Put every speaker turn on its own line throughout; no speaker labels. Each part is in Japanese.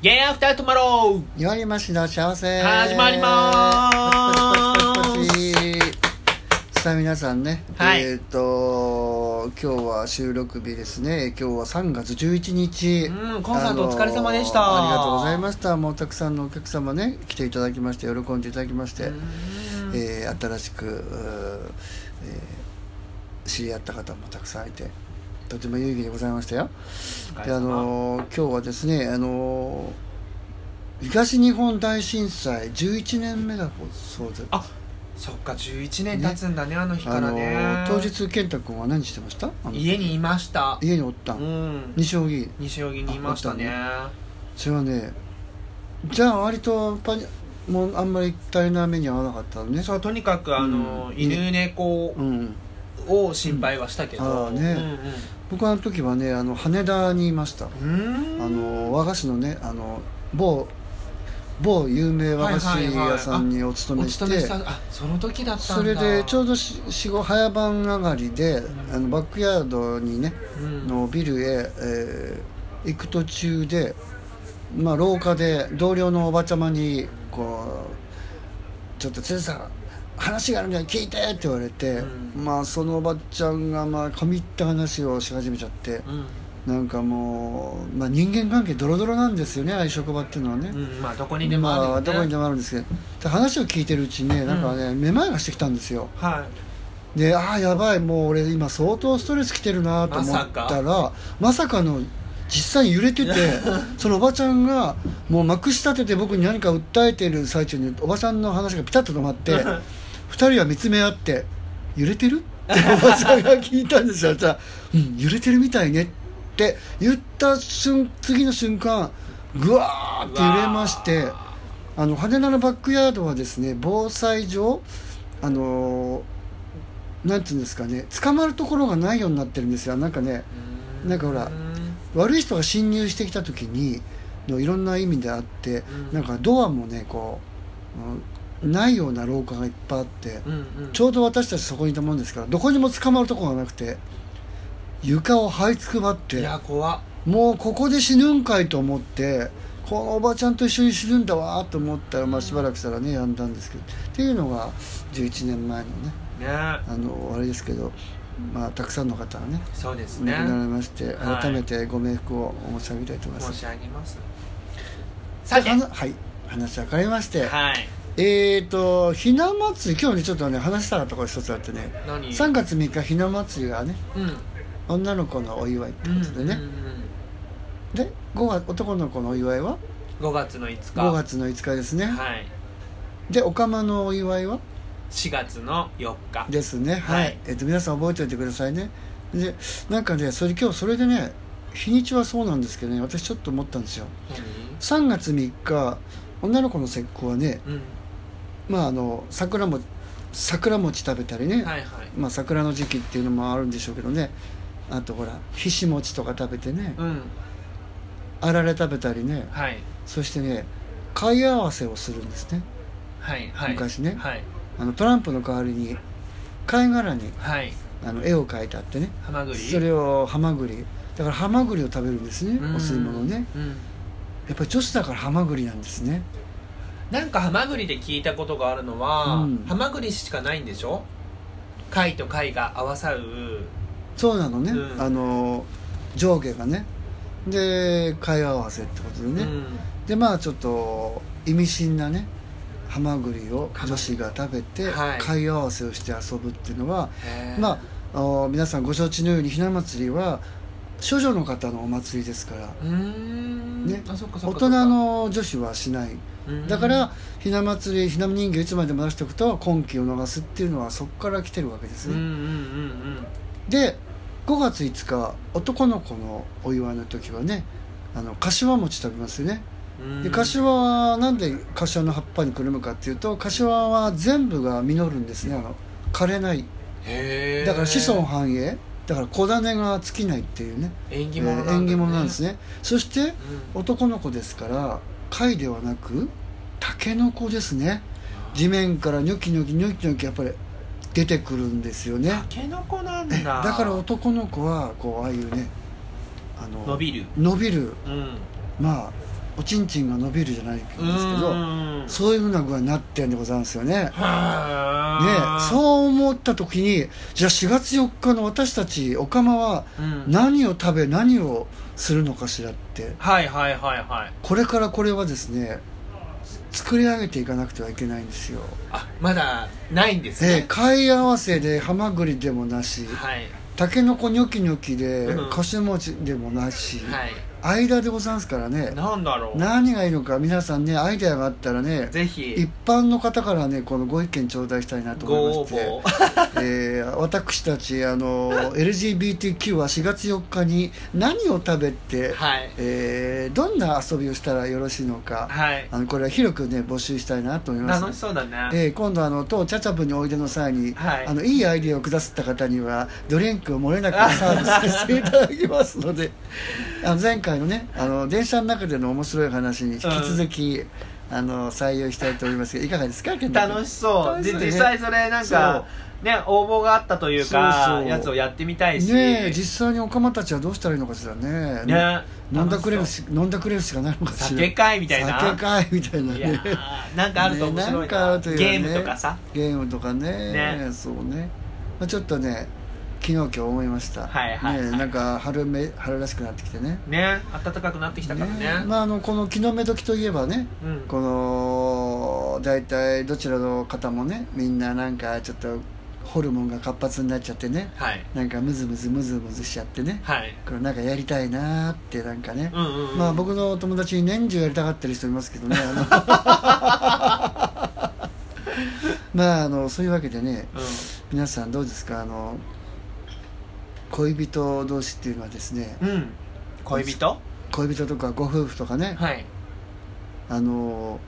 ゲイアフタートゥマロー
よりましの幸せ
始まります
パチパチパチパチさあ皆さんね、
はい
えっ、と今日は収録日ですね今日は3月11日
うんコンサートお疲れ様でした
あのありがとうございましたもうたくさんのお客様ね来ていただきまして喜んでいただきまして、えー新しく、うーえー知り合った方もたくさんいてとても有意義でございましたよであのー今日はですねあのー東日本大震災11年目だそうで
あそっか11年経つんだねあの日か
あ
ら
の
ね、
ー当日健太君は何してましたあの
家にいました
家におった
うんん
西荻
西荻にいましたね
それはねじゃあ割とパニもうあんまり大変な目に遭わなかったのね
そうとにかくあの、
うん
犬猫
うん
を心配はしたけど、
うんああね僕はあの時はねあの羽田にいました
うんうん、うーん
あの和菓子のねあの某某有名和菓子屋さんにお勤
お
めして、
勤めしたあその時だった
そ
んだ
れでちょうどししご早番上がりで、あのバックヤードにね、
うん
のビルへ、えー行く途中で、まあ、廊下で同僚のおばちゃまにこう「ちょっと鶴さん話があるんだよ聞いて!」って言われて、
う
まあそのおばちゃんがまあ込み入った話をし始めちゃって、
う
なんかもう、まあ、人間関係ドロドロなんですよねああいう職場っていうのはね。
ん、うん、まあどこにでもあるよ
ま
ね
あ、どこにでもあるんですけどで話を聞いてるうちにねなんかね、めまいがしてきたんですよ
はい
でああやばいもう俺今相当ストレスきてるなと思ったらまさかの実際に揺れて てそのおばちゃんがもうまくし立てて僕に何か訴えてる最中におばちゃんの話がピタッと止まって二人は見つめ合って「揺れてる?」っておばちゃんが聞いたんですよじゃあうん揺れてるみたいね」って言った瞬次の瞬間ぐわーって揺れましてあの羽田のバックヤードはですね防災上あのーなんていうんですかね捕まるところがないようになってるんですよなんかねなんかほら
うん
悪い人が侵入してきた時にのいろんな意味であって、
うん
なんかドアもねこう、うんないような廊下がいっぱいあって、
うんうん
ちょうど私たちそこにいたもんですからどこにも捕まるところがなくて床を這いつくばっ
い
て
や怖っ
もうここで死ぬんかいと思ってこのおばちゃんと一緒に死ぬんだわーと思ったら、まあ、しばらくしたらねやんだんですけどっていうのが11年前のね
ね
あのあれですけど、まあ、たくさんの方がね
そうです
亡
ね
くなられまして
はい
改めてご冥福を申し上げたいと思いま
申
す、
し上げますさて
ではなはい話は変わりまして、
はい
えーとひな祭り今日ねちょっとね話したかったこと一つあってね
何
3月3日ひな祭りがね
うんうん
女の子のお祝いって
う
こ
ん
とでね、
うん
で5月男の子のお祝いは
5月の5日
5月の5日ですね、
はい
でおかまのお祝いは
4月の4日
ですねはい、
はい
えっと皆さん覚えておいてくださいねでなんかねそれ今日それでね日にちはそうなんですけどね私ちょっと思ったんですよ3月3日女の子の節句はね
何うん
まああの桜も桜餅食べたりね、
はいはい
まあ桜の時期っていうのもあるんでしょうけどねあとほらひし餅とか食べてね
うん
あられ食べたりね
はい
そしてね貝合わせをするんですね
はいはい
昔ね
はい
あのトランプの代わりに貝殻に
はい
あの絵を描いてあってね
ハマグリ
それをハマグリだからハマグリを食べるんですね
うん
お吸い物をね
うん
やっぱり女子だからハマグリなんですね
なんかハマグリで聞いたことがあるのは、
うん
ハマグリしかないんでしょ貝と貝が合わさる
そうなのね、
うん
あの上下がねで貝合わせってことでね、
うん
でまあちょっと意味深なねハマグリを女子が食べて
はい
貝合わせをして遊ぶっていうのは、
へー
まああの皆さんご承知のようにひな祭りは処女の方のお祭りですから
うーん
ね
あそっかそ
大
っか
人の女子はしないだか、
そっ
らひな祭りひな人形いつまでも出しておくと今期を逃すっていうのはそこから来てるわけです
うんうん
ね、
うんうん
で5月5日男の子のお祝いの時はねあの柏餅食べますよね
うんうん
で柏はなんで柏の葉っぱにくるむかっていうと柏は全部が実るんですねあの枯れない
へー
だから子孫繁栄だから小種が尽きないっていうね
縁起
え
物なんだ
ー縁起物なんですねそして
うん
男の子ですから貝ではなくタケノコですね地面からニョキニョキニョキニョキやっぱり出てくるんですよね
タケノコなん
え
だ
だから男の子はこうああいうねあの
伸びる
伸びる
うん
まあおちんちんが伸びるじゃないんですけど
うん
そういうふうな具合になってんでございますよね。ね
はあ
そう思った時にじゃあ4月4日の私たちおかまは
うん
何を食べ何をするのかしらって
はいはいはいはい
これからこれはですね作り上げていかなくてはいけないんですよ。
あまだないんです
えー
ね、
貝合わせでハマグリでもなし
はい
たけのこニョキニョキで
うん
かしもちでもなし、
はい
間でございますからね
なんだろう
何がいいのか皆さんねアイデアがあったらね
ぜひ
一般の方からねこのご意見頂戴したいなと
ご
思いま
応
して、え
募
ー私たちあの LGBTQ は4月4日に何を食べて、
はい
えーどんな遊びをしたらよろしいのか、
はい
あのこれは広くね募集したいなと思います
楽しそうだね
えー今度あの当チャチャブにおいでの際に、
はい
あのいいアイディアをくださった方にはドリンクを漏れなくサービスさせていただきます のであの前回のねあの電車の中での面白い話に引き続き、あの採用したいと思いますがいかがですか健太君
楽しそう
楽し
で
そうね
実際それなんかね応募があったという
そう
か
そう
やつをやってみたいし
ねえ実際におかまたちはどうしたらいいのかしらね
ね
飲んだくれるし飲んだくれるしかないのかしら
酒会みたいな
酒会みたいな
楽しそうい
ね
やーなんかあると面白
ねないんかあ
な
るといい
ゲ
よ
ー
ね
ムとかさ
ゲームとかね
ね
そうね、まあ、ちょっとね昨日今日思いました、
はいはいはい
ね、なんか春め春らしくなってきてね
ね暖かくなってきたからね
まあ、あのこの木の芽時といえばね
うん
この大体どちらの方もねみんななんかちょっとホルモンが活発になっちゃってね
はい
なんかムズムズムズムズしちゃってね
はい
これなんかやりたいなーってなんかね、
うんうんうん
まあ僕の友達に年中やりたがってる人いますけどねあの まああのそういうわけでね
う
皆さんどうですかあの恋人同士っていうのはですね
んうん恋人
恋人とかご夫婦とかね、
はい
あの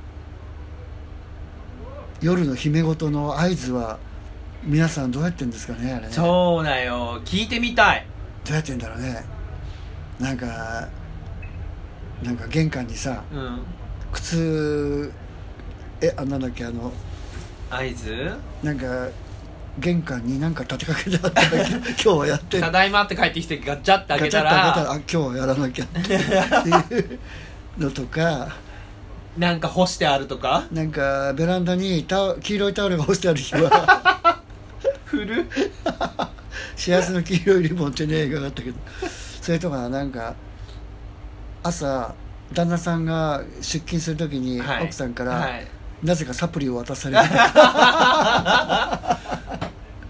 夜の姫事の合図は皆さんどうやってんですかねあれねど
そうだよ聞いてみたいう
やってんだろうねなんかなんか玄関にさ
うん
靴えあなんだっけあの
合図
なんか玄関になんか立てかけてあった んだけど今日はやって
ただいまって帰ってきてガチャって開けた
ガチャッと
ら
開けたらあ今日はやらなきゃっていうのとか
なんか干してあると か
なんかベランダにタオ黄色いタオルが干してある 日は
振る
幸せの黄色いリボンってね映画があったけどそれとかなんか朝旦那さんが出勤するときに、
はい
奥さんから、
はい
なぜかサプリを渡され る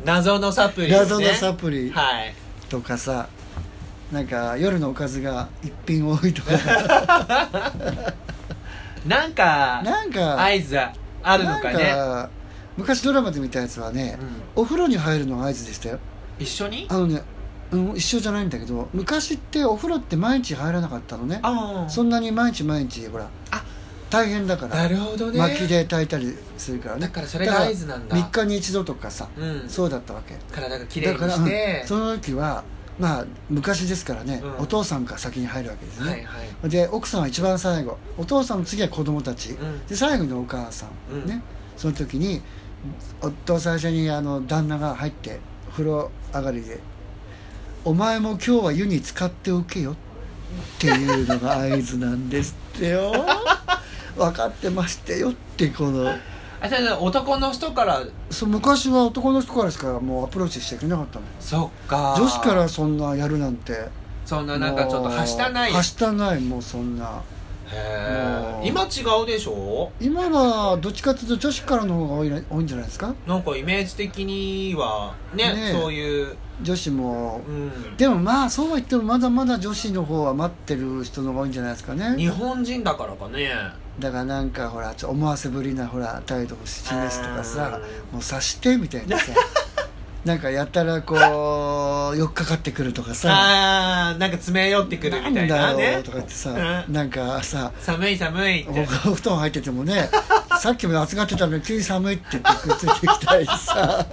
謎のサプリです
謎
ね
のサプリ
はい
とかさなんか夜のおかずが一品多いとか
なんか
なんか
合図あるのか
なん
ね
か昔ドラマで見たやつはね、お風呂に入るのが合図でしたよ
一緒に
あのね、うん、一緒じゃないんだけど昔ってお風呂って毎日入らなかったのね
ああ
そんなに毎日毎日ほら
あ
大変だか
な
ら
るほどね
薪で炊いたりするからね
だからそれが合図なんだ
3日に一度とかさ、
うん
そうだったわけ
体が綺麗に
だ
し
から、う
て
んその時はまあ昔ですからね、
うん
お父さんが先に入るわけですね、
はいはい
で奥さんは一番最後お父さんの次は子供たち、
うん
で最後にお母さん、
うん
ねその時に夫は最初にあの旦那が入って風呂上がりで「お前も今日は湯に使っておけよ」っていうのが合図なんですっ てよ分かってましてよってこの
あじゃあ男の人から
そう昔は男の人からしかもうアプローチしちゃいけなかったの
そっか
女子からそんなやるなんて
そんななんかちょっとはしたない
もうはしたないもうそんな
へ
も
え
う
今違うでしょ
今はどっちかというと女子からの方が多いな多いんじゃないですか
なんかイメージ的にはね
ねえ
そういう、
女子も
う、ん、
でもまあそうは言ってもまだまだ女子の方は待ってる人の方が多いんじゃないですかね
日本人だからかね
だからなんかほらちょっと思わせぶりなほら態度を示すとかさ
う
もう察してみたい なさなんかやたらこうよっかかってくるとかさ
ああなんか詰め寄ってくる
な
みた
ん
いな
だよ
ね
とか言ってさ
うん
なんかさ
寒い寒いっ
お
て
お布団入っててもねさっきまで暑がってたのに急に寒いって言ってくっついてきたりさ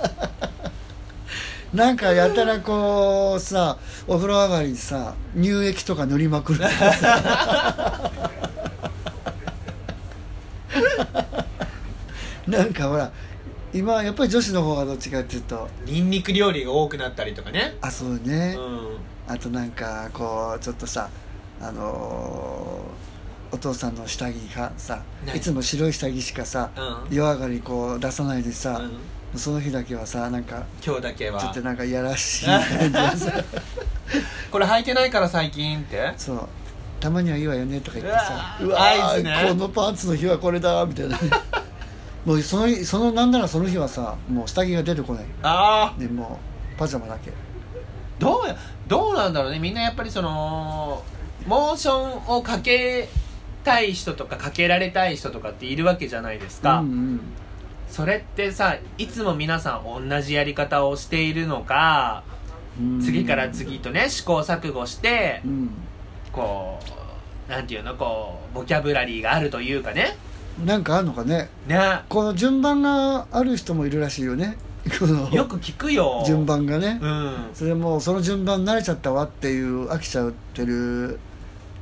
なんかやたらこうさお風呂上がりにさ乳液とか塗りまくるとかさなんかほら今やっぱり女子の方がどっちかっていうと
ニンニク料理が多くなったりとかね
あそう
う
ね、
ん
あとなんかこうちょっとさあのーお父さんの下着がさ
ない
いつも白い下着しかさ
うん
夜上がりこう出さないでさ
うん、
その日だけはさなんか
今日だけは
ちょっとなんかいやらしい感じ がさ
これ履いてないから最近って
そうたまにはいいわよねとか言ってさ
うわー合図ね
このパンツの日はこれだみ たいなねもうその日そのなんならその日はさもう下着が出てこない
ああ
でもうパジャマだけ
どうやどうなんだろうねみんなやっぱりそのモーションをかけたい人とかかけられたい人とかっているわけじゃないですか、
うんうん
それってさいつも皆さん同じやり方をしているのか
うん
次から次とね試行錯誤して
うん
こうなんていうのこうボキャブラリーがあるというかね
なんかあるのかね
ね
この順番がある人もいるらしいよねこの
よく聞くよ
順番がね、
うん
それもうその順番慣れちゃったわっていう飽きちゃってる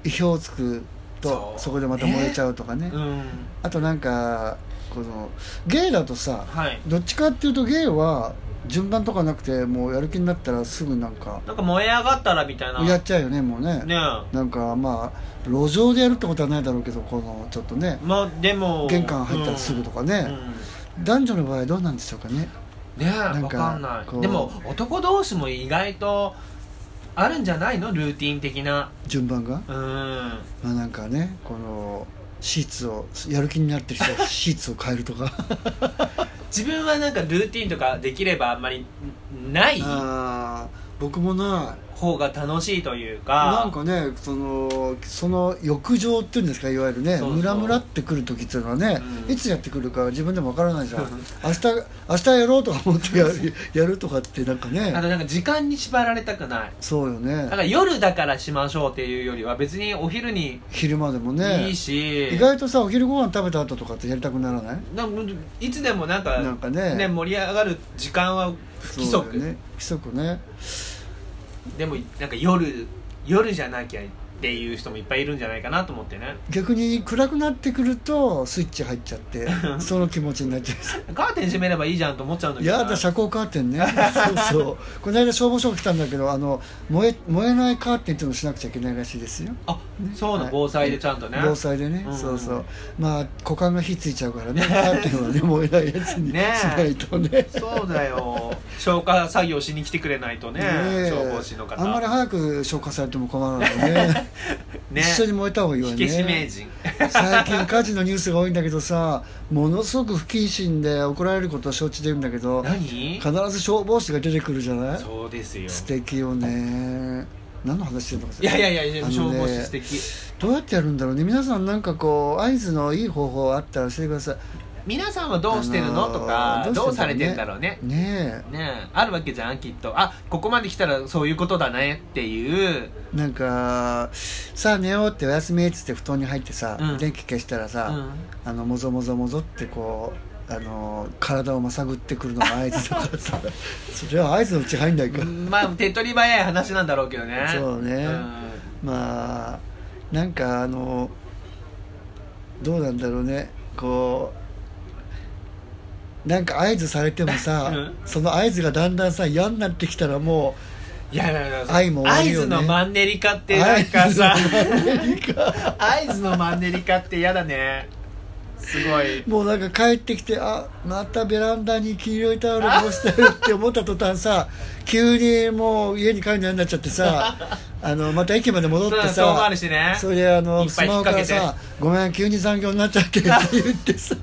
意表をつくと
そう
そこでまた燃えちゃうとかね、
うん
あとなんかこのゲイだとさ
はい
どっちかっていうとゲイは順番とかなくてもうやる気になったらすぐなんか
なんか燃え上がったらみたいな
やっちゃうよねもうね
ね
なんかまあ路上でやるってことはないだろうけどこのちょっとね
まあでも
玄関入ったらすぐとかね、男女の場合どうなんでしょうかね
うんね
ん
わ
か
かんな
こ
いうでも男同士も意外とあるんじゃないのルーティン的な
順番が
うん
まあなんかねこのシーツをやる気になってる 人はシーツを変えるとか
自分はなんかルーティンとかできればあんまりない
あー僕もな
方が楽しいという
な
か
んかねそのその浴場っていうんですかいわゆるね
そうそう
ムラムラってくる時っていうのはね、
うん
いつやってくるか自分でもわからないじゃん明日明日やろうとか思ってやるやるとかってなんか
あ
ね
となんか時間に縛られたくない
そうよ
だから
ね
夜だからしましょうっていうよりは別にお昼に
昼間でもね
いいし、
意外とさお昼ご飯食べた後とかってやりたくならない
なんかいつでもなんか
なんかね
ね盛り上がる時間は不規
そうだ
則、
よね不規則ね
でもなんか夜夜じゃなきゃっていう人もいっぱいいるんじゃないかなと思ってね
逆に暗くなってくるとスイッチ入っちゃって その気持ちになっちゃ
カーテン閉めればいいじゃんと思っちゃうんだ
う
けどな
やだ遮光カーテ ンねそうそうこの間消防署来たんだけどあの燃え燃えないカーテンっていうのをしなくちゃいけないらしいですよ
あそうな
はい
の防災でちゃんとね、
防災でね、
うん
そうそうまあ股間が火ついちゃうからねカーテンはね燃えないやつにし
ねえ
ないとねね
そうだよ消火作業しに来てくれないとね
え
消防士の方
あんまり早く消火されても困るのでね
ね
一緒に燃えた方がいいわ
火
ね
消し名人
最近火事のニュースが多いんだけどさものすごく不謹慎で怒られることを承知でるんだけど
何
必ず消防士が出てくるじゃない
そうですよ
素敵よね何の話してるのか
いやいやいやいや
あのね
消防士素敵
どうやってやるんだろうね皆さんなんかこう合図のいい方法あったら教えてください
皆さんはどうしてるの、
あのー
とかどうされてんだろうね
ね
ねえあるわけじゃんきっとあここまで来たらそういうことだねっていう
えなんかさあ寝ようっておやすみっつって布団に入ってさ、
うん
電気消したら
う
さ、
ん
あのもぞもぞもぞってこうあの体をまさぐってくるの が合図だからさそれは合図のうち入んないから
まあ手っ取り早い話なんだろうけどね
そうね
ん
まあなんかあのどうなんだろうねこうなんか合図されてもさ、
うん
その合図がだんだんさ嫌になってきたらも
いやいやいや
愛も終わるよね
合図のマンネリ化っ
う
てなんかさ
合図が
合図のマンネリ化って嫌だねすごい
もうなんか帰ってきてあまたベランダに黄色いタオル干してるって思った途 端さ急にもう家に帰るの嫌になっちゃってさあのまた駅まで戻って
そう
さ
そうあるしね
それであ
い
の
っ
ス
ぱい
マ
引っ
ホか
掛
ら
けて
さ「ごめん急に残業になっちゃ って」って言ってさ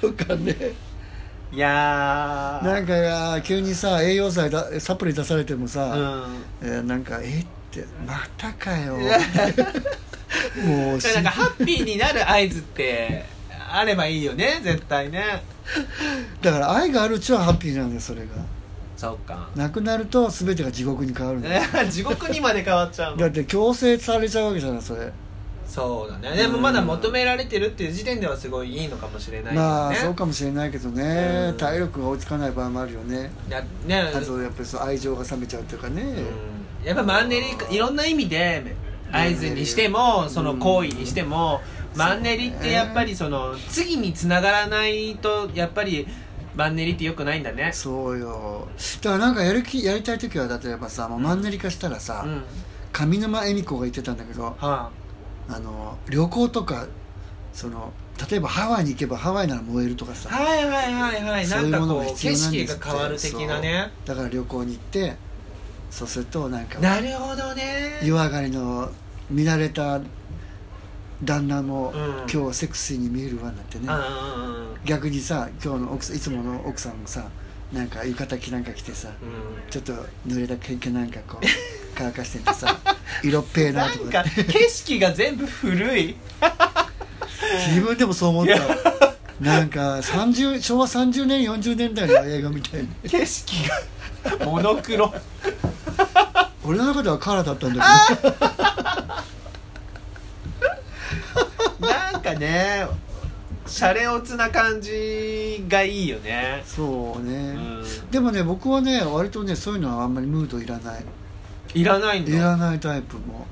とかね
いや
なんかあー急にさ栄養剤だサプリ出されても
ー
さ、
うん
えーなんか「えっ?」て「またかよ」もうし
なんかハッピーになる合図ってあればいいよね絶対ね
だから愛があるうちはハッピーなんだよそれが
そうか
なくなると全てが地獄に変わるんだよ
地獄にまで変わっちゃう
だっ
の
て強制されちゃうわけじゃないそれ
そうだねでもまだ求められてるっていう時点ではすごいいいのかもしれないけどね,、
まあそうかもしれないけどね
うん
体力が追いつかない場合もあるよね
だね
あとやっぱりそう愛情が冷めちゃうっていうかね、
うんやっぱマンネリ化いろんな意味で合図にしてもその行為にしてもマンネリってやっぱりその次につながらないとやっぱりマンネリってよくないんだね
そうよだからなんかやる気やりたい時はだってやっぱさもうマンネリ化したらさ、
うん
上沼恵美子が言ってたんだけど
は
あの旅行とかその例えばハワイに行けばハワイなら燃えるとか
あ、
さ
はいはいはいはい
そ
な
う
いん
う
か
ものが
こう
必
景
要なん
色
ですって
が変わる的なね
だから旅行に行ってそうするとなんか
なるほどね
湯上がりの見慣れた旦那も、
うん
今日はセクシーに見えるわなんてね
うんうんうんうん
逆にさ今日の奥さんいつもの奥さんもさなんか浴衣着なんか着てさちょっと濡れた毛毛なんかこう 乾かして てさ色っぺ
う
え
ん、
な
な
と
ん
か
か景色が全部古い
自分でもそう思ったわなんか30昭和30年40年代の映画みたいな
景色がモノクロ
俺の中ではカラーだったんだけど
なんかねシャレオツな感じがいいよね
そうね、
うん
でもね僕はね割とねそういうのはあんまりムードいらない
いらないん
いらないタイプも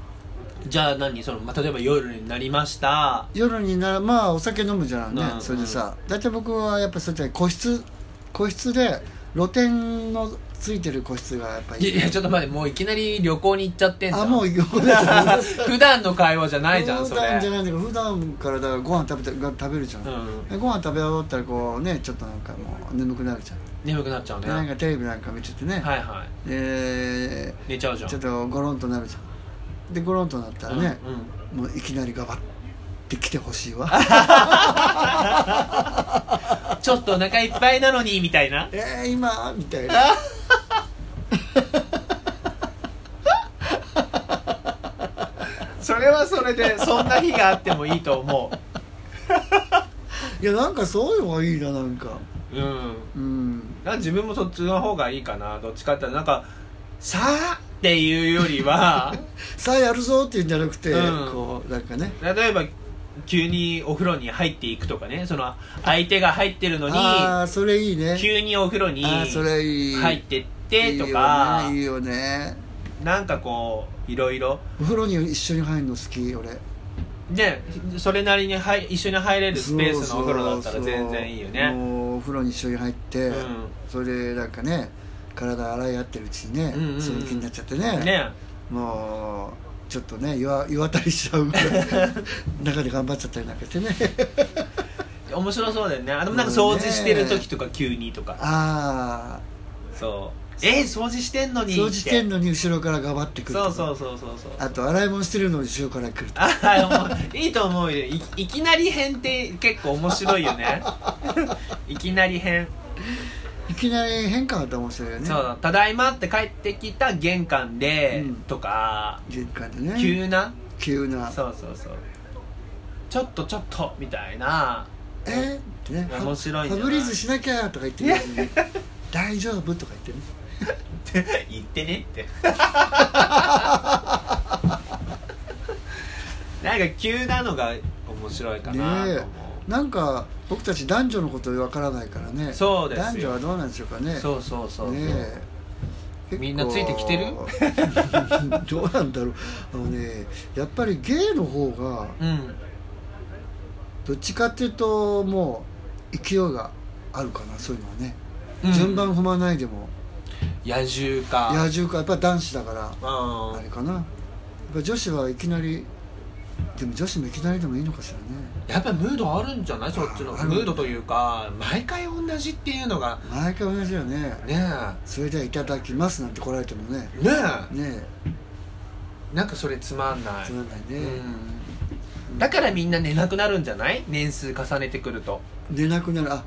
じゃあ何その、まあ、例えば夜になりました
夜にならまあお酒飲むじゃんね、
うん
それでさ大体僕はやっぱそうやって個室個室で露店のついてる個室がやっぱ
い
り
やいやちょっと待ってもういきなり旅行に行っちゃってんじゃん
あもう横だと
普段の会話じゃないじゃんそ
普
れ
段じゃないんだけど普段からだからご飯食べたが食べるじゃん、
うん
でご飯食べ終わったらこうねちょっとなんかもう眠くなるじゃん
眠くなっちゃう
で
ね
なん
は
かテレビなんか見ててね、
いはい
で
寝ちゃうじゃん
ちょっとゴロンとなるじゃんでゴロンとなったらね、
うんうん
もういきなりガバって来てほし いわ
ちょっとお腹いっぱいなのにみたいな
えー、今みたいな
それはそれでそんな日があってもいいと思
いやなんかそういうのがいいななんか
ううん
うん
なんか自分もそっちの方がいいかなどっちかって言ったらなんか「さあ」っていうより は
さあやるぞっていうんじゃなくて、
うん
こうなんかね
例えば急にお風呂に入っていくとかねその相手が入ってるのに
ああそれいいね
急にお風呂に
ああそ
入
れいい
ってってとか
いいよねいいよね
なんかこういろいろ
お風呂に一緒に入るの好き俺
ねそれなりに入一緒に入れるスペースのお風呂だった
そ
ら
うそう
全然いいよ
も
ね
うお風呂に一緒に入って、
うん
それでなんかね体洗い合ってるうちにね、
うんうんうん
そういう気になっちゃってね
ね
もうちょっとね湯あ湯あたりしちゃ うぐらい中で頑張っちゃったりなんかしてね
面白そうだよねあでもなんか掃除してる時とか急にとか
ああ
そうえー掃除してんのにって
掃除してんのに後ろからがばってくると
そ
か
うそうそうそうそう
あと洗い物してるのに後ろから来るとか
あーもういいと思うよいいきなり編って結構面白いよ ねいきなり編
いきなり変化あったら面白いよね
そう「ただいま」って帰ってきた玄関で、
うん
とか
玄関でね
急な、
急な
そうそうそうちょっとちょっとみたいな
えーってね
面白いんじゃない
ファブリーズしなきゃとか言ってるやつ にね大丈夫とか言ってね
って言ってね ってなんか急なのが面白いかなと思う、
ねなんか僕たち男女のことわからないからね
そうですよ
男女はどうなんでしょうかね
そうそうそうそう、
ねえ結構
みんなついてきてる
どうなんだろうあのねやっぱりゲイの方が
うん
どっちかっていうともう勢いがあるかなそういうのはね、
うん
順番踏まないでも
野獣か
野獣かやっぱ男子だから
うん
あれかなやっぱ女子はいきなりでも女子もいきなりでもいいのかしらね
やっぱりムードあるんじゃないそっちの
ある
ムードというか毎回同じっていうのが
毎回同じよね
ね
それではいただきますなんて来られてもね
えね
ね
えなんかそれつまんな
え
い
つまんないね、
うんだからみんな寝なくなるんじゃない年数重ねてくると
寝なくなるあ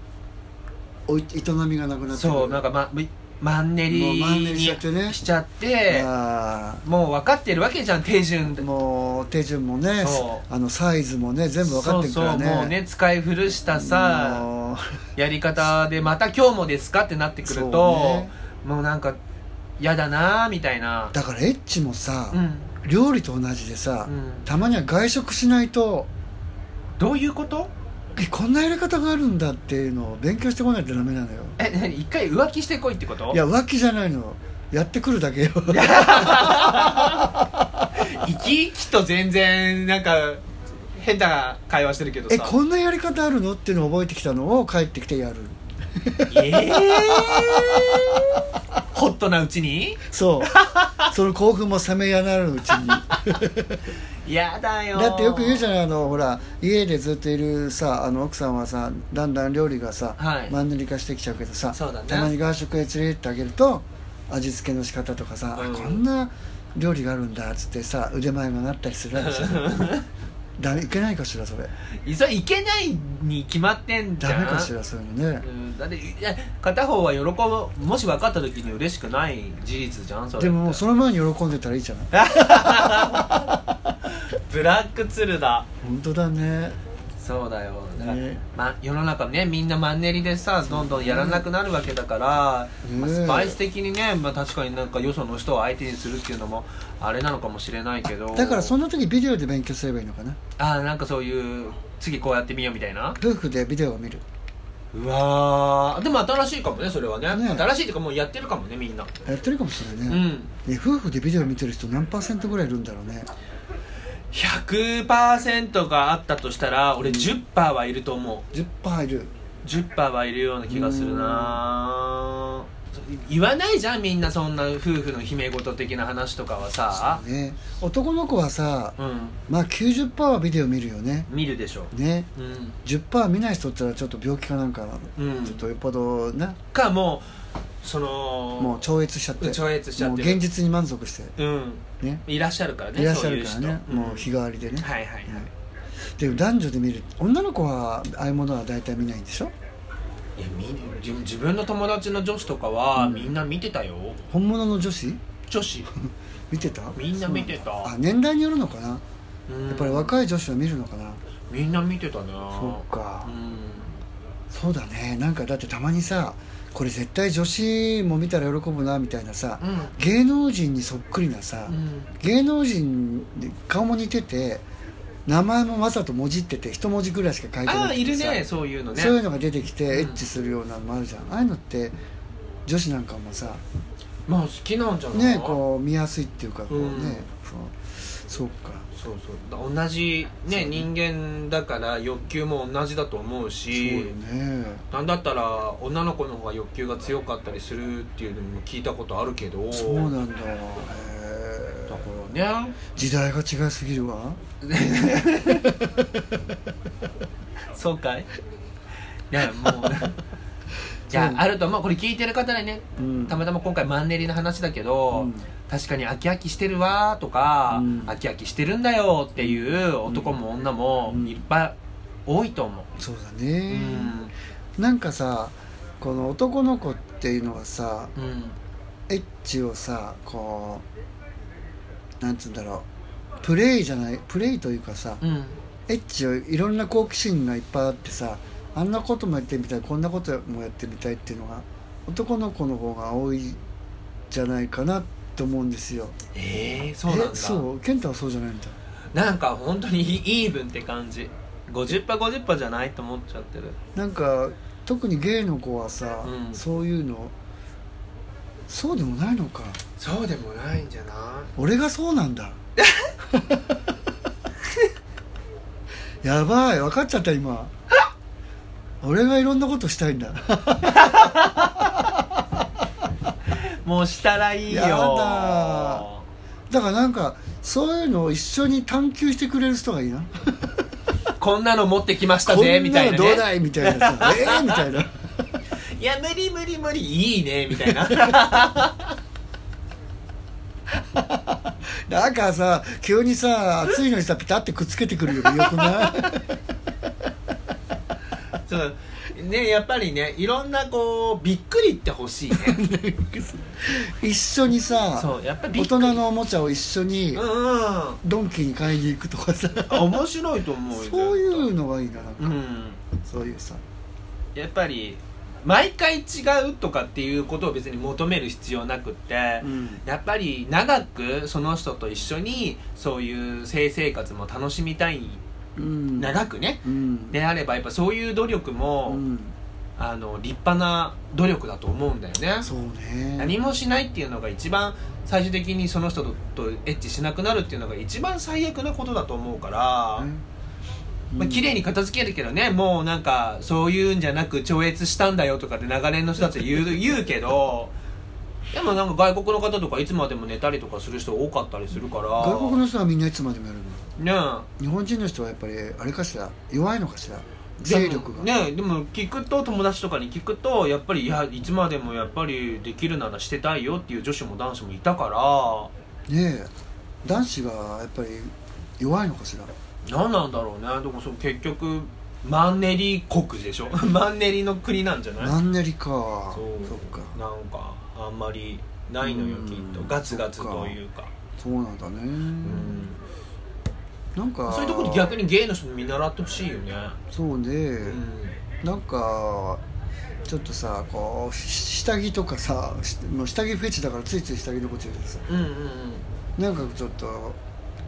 おい営みがなくなってくる
そうなんか、ま、みマンネリ
もうマンネリしちゃってね
にしちゃって
あー
もう分かってるわけじゃん手順
もう手順もね
そ
あのサイズもね全部分かってるからね
そうそうもうね使い古したさ
もう
やり方でまた今日もですかってなってくると
そうね
もうなんか嫌だなーみたいな
だからエッチもさ、
うん
料理と同じでさ、
うん
たまには外食しないと
どういうこと
えこんなやり方があるんだっていうのを勉強してこないとダメなのよ
え何一回浮気してこいってこと
いや浮気じゃないのやってくるだけよ
生き生きと全然なんか変な会話してるけどさ
えこんなやり方あるのっていうのを覚えてきたのを帰ってきてやる
ええホットなうちに
そう その興奮も冷めやなるうちに
やだよ
だってよく言うじゃないあのほら家でずっといるさあの奥さんはさだんだん料理がさ、
はい
マンネリ化してきちゃうけどさ
そうだね
たまに外食へ連れてってあげると味付けの仕方とかさ、あ
うん
こんな料理があるんだっつってさ腕前がなったりするわけじ ゃんだいけないかしらそれ
いそれいけないに決まってんじゃ
ダ
ん
メかしらそういうのね
うんだっていや片方は喜ぶもし分かった時に嬉しくない事実じゃんそれって
でももうその前に喜んでたらいいじゃない
ブラックツルだ
本当だね
そうだよだから、
ね
ま、世の中ねみんなマンネリでさどんどんやらなくなるわけだから、
ね
まあスパイス的にね、まあ、確かになんかよその人を相手にするっていうのもあれなのかもしれないけど
だからそんな時ビデオで勉強すればいいのかな
あーなんかそういう次こうやってみようみたいな
夫婦でビデオを見る
うわーでも新しいかもねそれはね
ね
新しいっていうかもうやってるかもねみんな
やってるかもしれないうね、
ん
え夫婦でビデオ見てる人何パーセントぐらいいるんだろうね
100%があったとしたら俺10%はいると思う、
10%いる
10%はいるような気がするな言わないじゃんみんなそんな夫婦の秘め事的な話とかはさ
ね男の子はさ
うん
まあ90%はビデオ見るよね
見るでしょ
ね
うん
10%見ない人ってのはちょっと病気かなんかなの、
うん
ちょっとよっぽどな
かもうその
もう超越しちゃって
超越しちゃってる
もう現実に満足して
うん
ね
いらっしゃるからね
いらっしゃるから
そう
ね
いう人
もう日替わりでね、
んはいはいはい、
でも男女で見る女の子はああいうものは大体見ないんでしょ
いやみ自自分の友達の女子とかは、みんな見てたよ
本物の女子
女子、
見てた
みんな見てた
そうなんだあ年代によるのかなや
うん
っぱり若い女子は見るのかな、
みんな見てたな
そうか
う
そうだねなんかだってたまにさこれ絶対女子も見たら喜ぶなみたいなさ、
んうん
芸能人にそっくりなさ、
うん
芸能人で顔も似てて名前もわざともじってて一文字ぐらいしか書いてな
ああ
くてさ
いるねそういうのね
そういうのが出てきて
ん
エッチするようなのもあるじゃん、ああいうのって女子なんかもさ
まあ好きなんじゃない
ねこう見やすいっていうかこうね、
うん
そうそうか
そうそう同じね人間だから欲求も同じだと思う
そうよ
し
ね
なんだったら女の子の方が欲求が強かったりするっていうのも聞いたことあるけど
そうなんだへ
だ
え
からね
時代が違いすぎるわ
そうか いねもういやあると思うこれ聞いてる方にね、
うん
たまたま今回マンネリの話だけど、
うん
確かに飽き飽きしてるわとか、
うん
飽き飽きしてるんだよっていう男も女も
うん
いっぱい多いと思う、
そうだ
う
ね、
ん
なんかさこの男の子っていうのはさ
うん
エッチをさこうなんつうんだろうプレイじゃないプレイというかさ
うん
エッチをいろんな好奇心がいっぱいあってさあんなこともやってみたいこんなこともやってみたいっていうのが男の子の方が多いじゃないかなと思うんですよ
ええそうなんだ
えそう健太はそうじゃないんだ
なんか本当にイーブンって感じ50パ50パじゃないと思っちゃってる
なんか特にゲイの子はさ、
うん
そういうのそうでもないのか
そうでもないんじゃな
俺がそうなん だやばい分かっちゃった今俺がいろんなことしたいんだ
いもうしたらいいよ
やだだからなんかそういうのを一緒に探求してくれる人がいいな
こんなの持ってきました
こんな
ぜみたいな、
の
ね、
どうだいみたいなさえーみたいない
や無理無理無理いいねみたい な
なんかさ急にさ暑いのにさピタってくっつけてくるよりよくない
そうねやっぱりねいろんなこうびっくりってほしいね
一緒にさ
そうやっぱりび
大
っく
人
り
のおもちゃを一緒に
うんうん
ドンキに買いに行くとかさ
面白いと思うよ
そういううのがいいななんか
うん
そういうさ
やっぱり毎回違うとかっていうことを別に求める必要なくって、
うん
やっぱり長くその人と一緒にそういう性生活も楽しみたい
うん
長くね
うん
であればやっぱそういう努力
う
も、
ん
あの立派な努力だと思うんだよね
そうね
何もしないっていうのが一番最終的にその人とエッチしなくなるっていうのが一番最悪なことだと思うから、
ね
まあ綺麗に片付けるけどねもうなんかそういうんじゃなく超越したんだよとかって長年の人たちは 言う言うけどでもなんか外国の方とかいつまでも寝たりとかする人多かったりするから
外国の人はみんないつまでもやるの
ねえ
日本人の人はやっぱりあれかしら弱いのかしら勢力が、
でもねでも聞くと友達とかに聞くとやっぱりいやいつまでもやっぱりできるならしてたいよっていう女子も男子もいたから
ねえ男子がやっぱり弱いのかしら
何なんだろうねでもその結局マンネリ国でしょ マンネリの国なんじゃない
マンネリか
そう
っか
なんかあんまりないのよ
うん
きっとガツガツというか
そうなんだね、
うん
なんか
そういうところで逆にゲイの人も見習ってほしいよね
そうね、
うん
なんかちょっとさこうし下着とかさしもう下着フェチだからついつい下着のこと言うけどさ
うんうんうん
なんかちょっと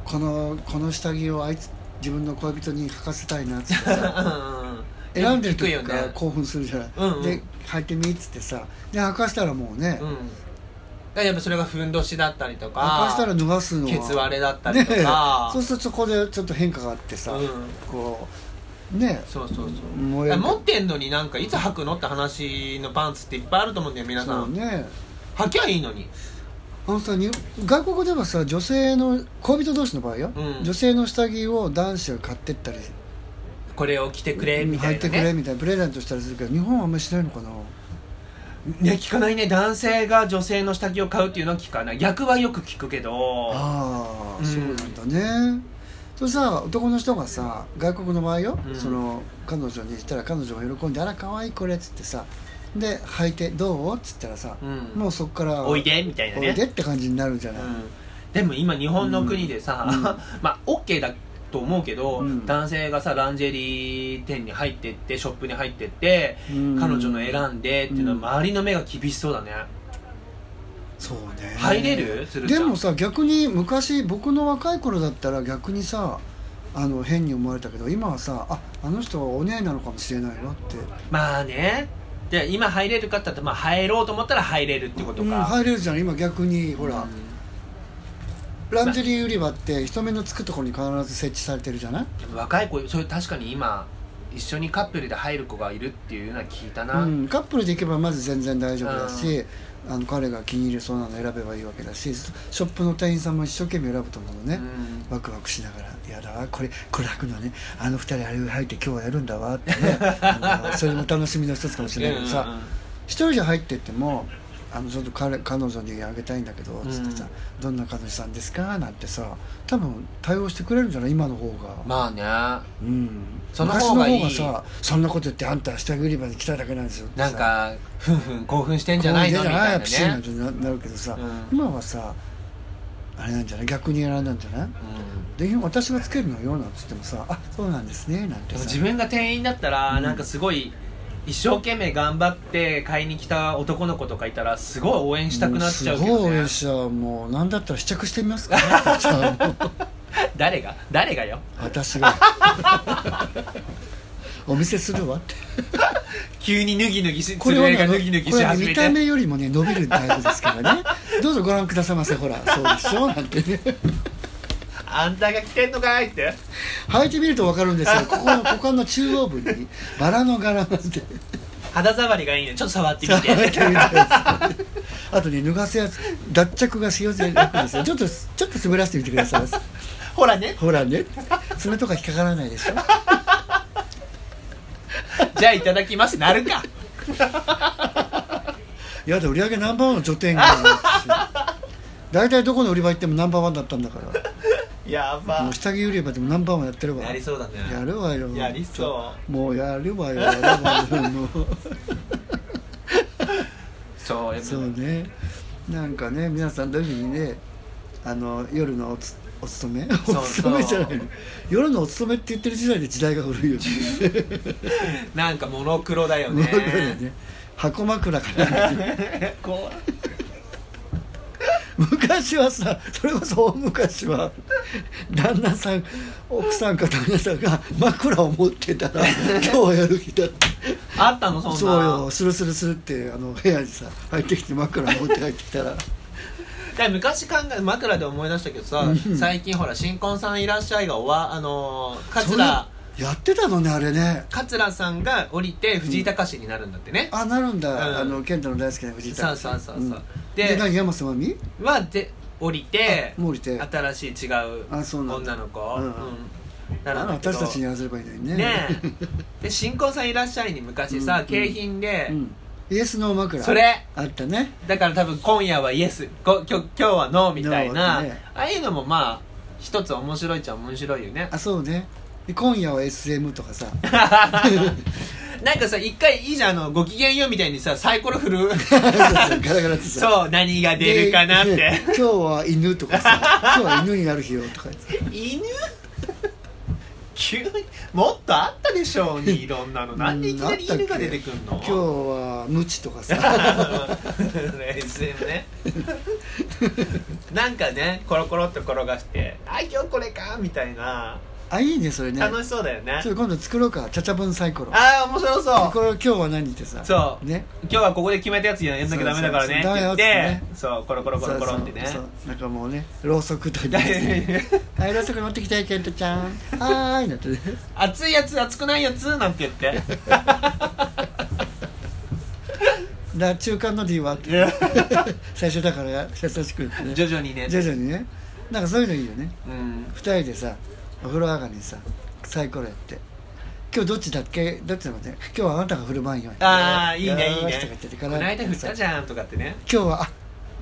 このこの下着をあいつ自分の恋人に履かせたいなっつってさ
うん
選んでる
聞く
時
よね
から興奮するじゃない、
うんうん
で履いてみっつってさで履かしたらもうね、
うんだからやっぱそれがふんどしだったりとか
履かしたら脱がすのは
ケツ割れだったり
ね
とか、
そうするとそこでちょっと変化があってさ、
うん
こうね
そうそうそ
もう
う
や
あ
っぱ
持ってんのになんかいつ履くのって話のパンツっていっぱいあると思うんだよ皆さ、
そうんね
履きゃいいのに
あのさに外国ではさ女性の恋人同士の場合よ、
うん
女性の下着を男子が買ってったり
これを着てくれみた
履
い
い
な
てくれ
ね
みたいなプレゼントしたりするけど日本はあんまりしないのかな
ね聞かないね男性が女性の下着を買うっていうのは聞かない逆はよく聞くけど
ああ、
うん
そうなんだねそれさ男の人がさ外国の場合よ、
うん
その彼女にしたら彼女が喜んで「あら可愛いこれ」っつってさで履いて「どう?」っつったらさ、
うん
もうそこから
おいでみたいなね
おいでって感じになるんじゃない、
うんでも今日本の国でさ、
うん
まあ OK だと思うけど、
うん
男性がさランジェリー店に入ってってショップに入ってって、
うん
彼女の選んでっていうのは
うん
周りの目が厳しそうだね、
そうね
入れる鶴ちゃ
で
ん
もさ逆に昔僕の若い頃だったら逆にさあの変に思われたけど今はさああの人はお姉なのかもしれないわって
まあねで今入れるかって言ったら、まあ、入ろうと思ったら入れるってことか、
うん、入れるじゃん今逆にほら、
うん
ランジェリー売り場って人目のつくところに必ず設置されてるじゃない、
でも若い子そういう確かに今一緒にカップルで入る子がいるっていうのは聞いた
う
な、
ん、カップルで行けばまず全然大丈夫だし、あの彼が気に入るそうなの選べばいいわけだしショップの店員さんも一生懸命選ぶと思うのね、
うん
ワクワクしながら「やだわこれこれ履くのねあの二人あれ履いて今日はやるんだわ」ってねあのそれも楽しみの一つかもしれないけど
うんうん
さ
うん
一人じゃ入ってってもあのちょっと彼彼女にあげたいんだけど
うん
つってさ、どんな彼女さんですか?」なんてさ多分対応してくれるんじゃない今の方が、
まあね
うん
その方がいい
昔の方がさそんなこと言ってあんた下着売り場に来ただけなんですよってさ
なんかふんふん興奮してんじゃないのみたい
ピシッ
な
なん
ね
てななるけどさ、
うん
今はさあれなんじゃない逆に選んだんじゃない
うん
で私がつけるのよなんつってもさ「あそうなんですね」なん
で
て
も
さ
自分が店員だったらなんかすごい一生懸命頑張って買いに来た男の子とかいたらすごい応援したくなっちゃうけ
もう
ど
すごい
ね
よしゃもう何だったら試着してみま すかじゃあもう
誰が誰がよ
私 がお見せするわって
急に脱ぎ脱ぎし
こ
つ
れ
ぶ
は
や
ね
が脱ぎ脱ぎ
これ
し
は
始
ね
め
見た
て
目よりもね伸びるタイプですからねどうぞご覧くださいませほらそうでしょなんてね
あんたが来てんのかいって
履いてみると分かるんで すよここの股間の中央部にバラの柄なんて
肌触りがいいねちょっと触ってみて
履いてみたいですあとね脱がせやつ脱着がしようぜ楽ですよちょっとちょっと滑らせてみてください
ほらね
ほらね爪とか引っかからないでしょ
じゃあいただきますなるか
やだ売り上げナンバーワンの女店が大体どこの売り場行ってもナンバーワンだったんだから
や
も
ば
う下着売り場でもナンバーワンやってるわ
やりそうだね
やるわよ
やりそう
もうやるわよやるわよもう
そうやっぱ
そうねなんかね皆さんどういうふうにねあの夜のおつお勤め
そう
お勤めじゃないの夜のお勤めって言ってる時代で時代が古いよね
なんかモノクロだよね
もうね箱枕かな
怖い
昔はさそれこそ大昔は旦那さん奥さんか旦那さんが枕を持ってた ら今日はやる日だって
あったのそんな
そうよスルスルスルってあの部屋にさ入ってきて枕持って入ってき たら
だから昔考え枕で思い出したけどさ、
うん
最近ほら「新婚さんいらっしゃい」が終わあのー
それ
桂
やってたのねあれね
桂さんが降りて藤井隆になるんだってね、
あなるんだ、
うん
あの健太の大好きな藤井
そう
隆
そうそうそう、
ん
で
で何山瀬まみ
はで降りて
あもう降りて
新しい違う
あそうなんだ
女の子
うん
うん
あ
な
ら
るんだけど
私たちに合わせればいいのにね
ねえで新婚さんいらっしゃいに昔
うん
さ
うん
景品で、
うん、イエスノー枕
それ
あったね
だから多分今夜はイエスこ今日今日はノーみたいな、
ノーね
ああいうのもまあ一つ面白いっちゃ面白いよね
あそうねで今夜は SM と かさ
なんかさ一回いいじゃんあのご機嫌ようみたいにさサイコロ振 る
そうそうガラガラってさ
そう何が出るかなっ
で
て
ね今日は犬とか さ今日は犬になる日よとか言って
犬 急にもっとあったでしょうにいろんなのなんでいきなり犬が出てくんの
今日 はムチとかさ
SM ねなんかねコロコロっと転がして「あ今日これか」みたいな
あいいねそれね
楽しそうだよね
ちょっと今度作ろうかちゃちゃぶんサイコロ
ああ面白そ
こ
う
れ今日は何ってさ
そう
ね
今日はここで決めたやつやんなきゃダメだからねって
そ
言っ
うそうそうダメよってつって
そうコロコロコロコロってね
そうそうそうなんかもうねろうそくとかはいろうそく持ってきたいケントちゃん はーいなってね
熱いやつ熱くないやつなんて言って
だ中間の D はって最初だから優しくってね
徐々にね
徐々にねなんかそういうのいいよね
うん
二人でさお風呂上がりにさサイコロやって今日どっちだっけどっちだっけ今日はあなたが振る舞いよ
ああいいねいい
よー
ね
しとかって言って
こ
から
の間振ったじゃんとかってね
今日はあ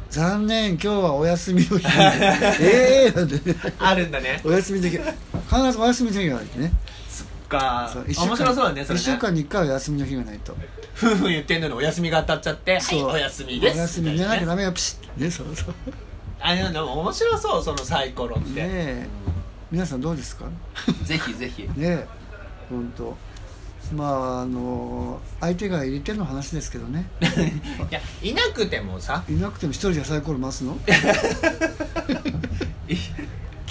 残念今日はお休み の日ええなんてね
あるんだね
お休みの日必ずお休みの日がないとね
か
そう
面
一週間
白そうだねそれ
一週
ね
間に1回は休みの日がないと
夫婦言ってんのにお休みが当たっちゃって「はいお休みです」
お休み
み
じゃ
た
ないきゃ
なね
ダメよピシッねそうそう
あでも面白そうそのサイコロって、
ねえ皆さんどうですか ね
ぜひぜひ
え本当まああの相手が入れての話ですけど ね
いやいなくてもさ
いなくても一人でサイコロ回 すの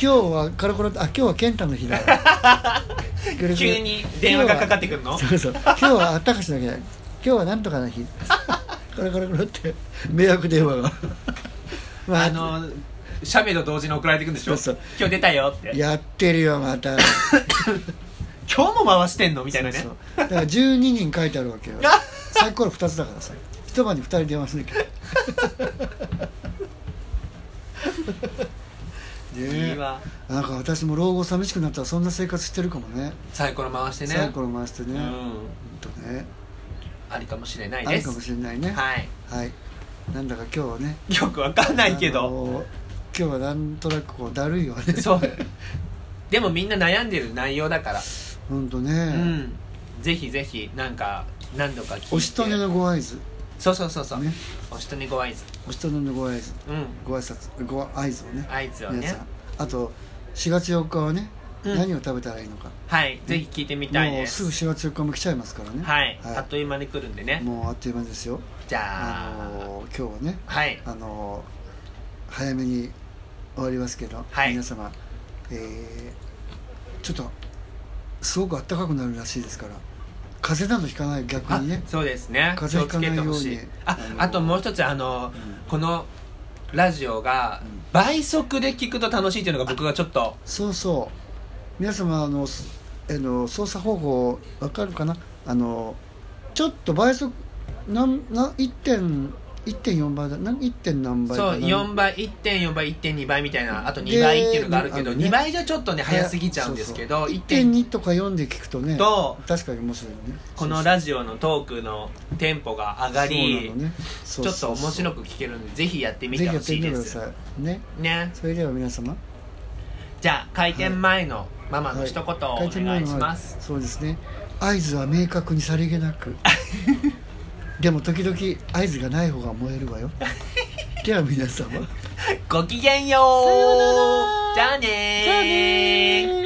今日はカラコロあ今日は健太の日だ
急に電話がかかってくるの
そうそう今日はあったかしなきゃ今日はなんとかの日 コロコロコロって迷惑電話がまあ
あの写メと同時に送られてくるんでしょ
そうそう
今日出たよって
やってるよまた
今日も回してんのみたいなね
そうそうだから12人書いてあるわ けよサイコロ2つだからさ一晩に2人電話し なきゃね
いい
え
わ
なんか私も老後寂しくなったらそんな生活してるかもね
サイコロ回してね
サイコロ回してね、
う
ほん
ん
とね
ありかもしれない
あ
で
る
す
かもしれないね
はい
はいなんだか今日はね
よくわかんないけ
あ
ど
のー今日はなんとなくこうだるいよね
そうでもみんな悩んでる内容だから
ほんとね、
うんぜひぜひなんか何度か聞いて
おしとねのご挨拶
そうそうそうそう、
ね
おしとねご挨拶
おしとねのご挨拶
うん
ご挨拶ご挨拶をね
合図を
皆
ね
さんあと4月4日はね、
うん
何を食べたらいいのか
はいぜひ聞いてみたい
もう
ですす
ぐ4月4日も来ちゃいますからね
はい、あっという間に来るんでね
もうあっという間ですよ
じゃあ、
あのー今日はね
はい
あのー早めに終わりますけど、
はい
皆様、えーちょっとすごく暖かくなるらしいですから風邪などひかない逆
あ
にね
そうですね
風邪ひかないように
気をつけてほしいあ
あの
あともう一つあの、
ん
このラジオが
うん
倍速で聞くと楽しいっていうのが僕がちょっと
そうそう皆様あのすあの操作方法わかるかなあのちょっと倍速なんなん1点1.4倍だなん1点何倍か
そ
な
う4倍1.4倍1.2倍みたいなあと2倍っていうのがあるけど、
で
2倍じゃちょっとね早すぎちゃうんですけど1.2
1.2とか4で聞くとね
と
確かに面白いよね
このラジオのトークのテンポが上がり、
ち
ちょっと面白く聞けるんでぜひやってみてほしい
ぜひ
で
やってみて
す
くださいね
ね
それでは皆様
じゃあ開店前のママの一言をお
はい
願いします、
そうですね合図は明確にさりげな くでも時々合図がない方が燃える わよでは皆様
ごきげんようじゃあねー
じゃあねー